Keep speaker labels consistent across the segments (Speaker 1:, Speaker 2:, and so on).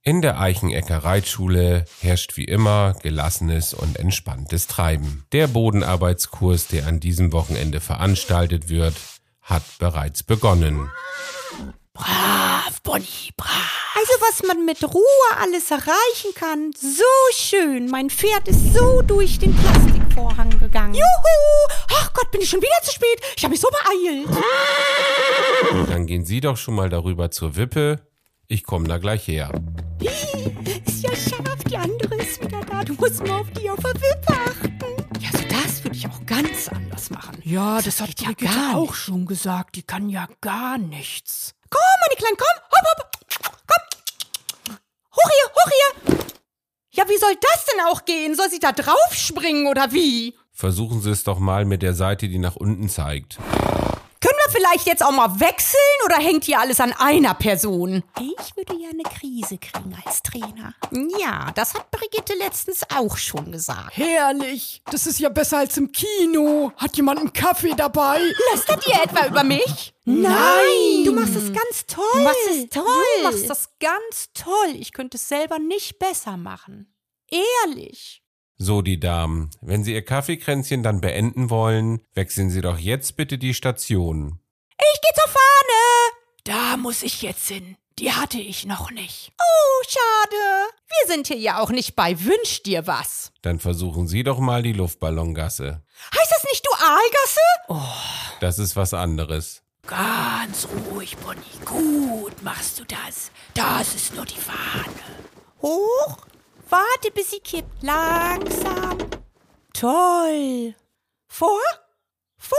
Speaker 1: In der Eichenecker Reitschule herrscht wie immer gelassenes und entspanntes Treiben. Der Bodenarbeitskurs, der an diesem Wochenende veranstaltet wird, hat bereits begonnen.
Speaker 2: Brav, Bonnie, brav.
Speaker 3: Also was man mit Ruhe alles erreichen kann. So schön. Mein Pferd ist so durch den Plastikvorhang gegangen.
Speaker 2: Juhu! Ach Gott, bin ich schon wieder zu spät. Ich habe mich so beeilt.
Speaker 1: Dann gehen Sie doch schon mal darüber zur Wippe. Ich komme da gleich her.
Speaker 3: Ist ja scharf, die andere ist wieder da. Du musst mal auf die auf der Wippe achten.
Speaker 2: Ja, also das würde ich auch ganz anders machen.
Speaker 4: Ja, das, hat
Speaker 2: ja
Speaker 4: Brigitte
Speaker 2: gar
Speaker 4: auch schon gesagt. Die kann ja gar nichts.
Speaker 3: Komm, meine Kleinen, komm. Hopp, hopp. Komm. Hoch hier, hoch hier. Ja, wie soll das denn auch gehen? Soll sie da drauf springen oder wie?
Speaker 1: Versuchen Sie es doch mal mit der Seite, die nach unten zeigt.
Speaker 3: Können wir vielleicht jetzt auch mal wechseln oder hängt hier alles an einer Person?
Speaker 2: Ich würde ja eine Krise kriegen als Trainer.
Speaker 3: Ja, das hat Brigitte letztens auch schon gesagt.
Speaker 4: Herrlich. Das ist ja besser als im Kino. Hat jemand einen Kaffee dabei?
Speaker 3: Lästert ihr etwa über mich?
Speaker 4: Nein.
Speaker 3: Du machst es ganz toll. Du machst es toll. Du machst das ganz toll. Ich könnte es selber nicht besser machen. Ehrlich.
Speaker 1: So, die Damen, wenn Sie Ihr Kaffeekränzchen dann beenden wollen, wechseln Sie doch jetzt bitte die Station.
Speaker 3: Ich geh zur Fahne.
Speaker 4: Da muss ich jetzt hin. Die hatte ich noch nicht.
Speaker 3: Oh, schade. Wir sind hier ja auch nicht bei Wünsch dir was.
Speaker 1: Dann versuchen Sie doch mal die Luftballongasse.
Speaker 3: Heißt das nicht Dualgasse?
Speaker 1: Das ist was anderes.
Speaker 4: Ganz ruhig, Bonnie. Gut machst du das. Das ist nur die Fahne.
Speaker 3: Hoch. Warte, bis sie kippt. Langsam. Toll. Vor. Vor.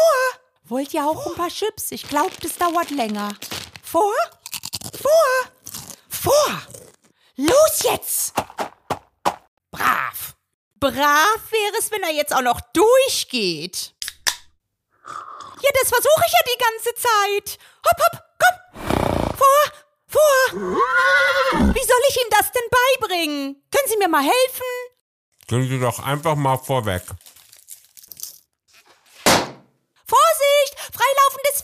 Speaker 3: Wollt ihr auch ein paar Chips? Ich glaube, das dauert länger. Vor. Vor. Vor. Los jetzt. Brav. Brav wäre es, wenn er jetzt auch noch durchgeht. Ja, das versuche ich ja die ganze Zeit. Hopp, hopp, komm. Vor. Vor. Wie soll ich ihm das denn beibringen? Können Sie mir mal helfen?
Speaker 1: Gehen Sie doch einfach mal vorweg.
Speaker 3: Vorsicht! Freilaufendes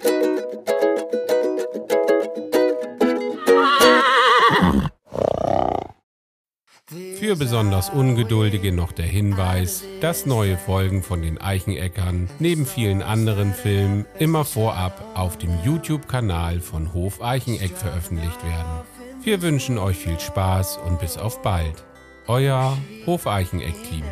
Speaker 3: Pferd!
Speaker 1: Für besonders Ungeduldige noch der Hinweis, dass neue Folgen von den Eicheneckern neben vielen anderen Filmen immer vorab auf dem YouTube-Kanal von Hof Eicheneck veröffentlicht werden. Wir wünschen euch viel Spaß und bis auf bald. Euer Hof Eicheneck-Team.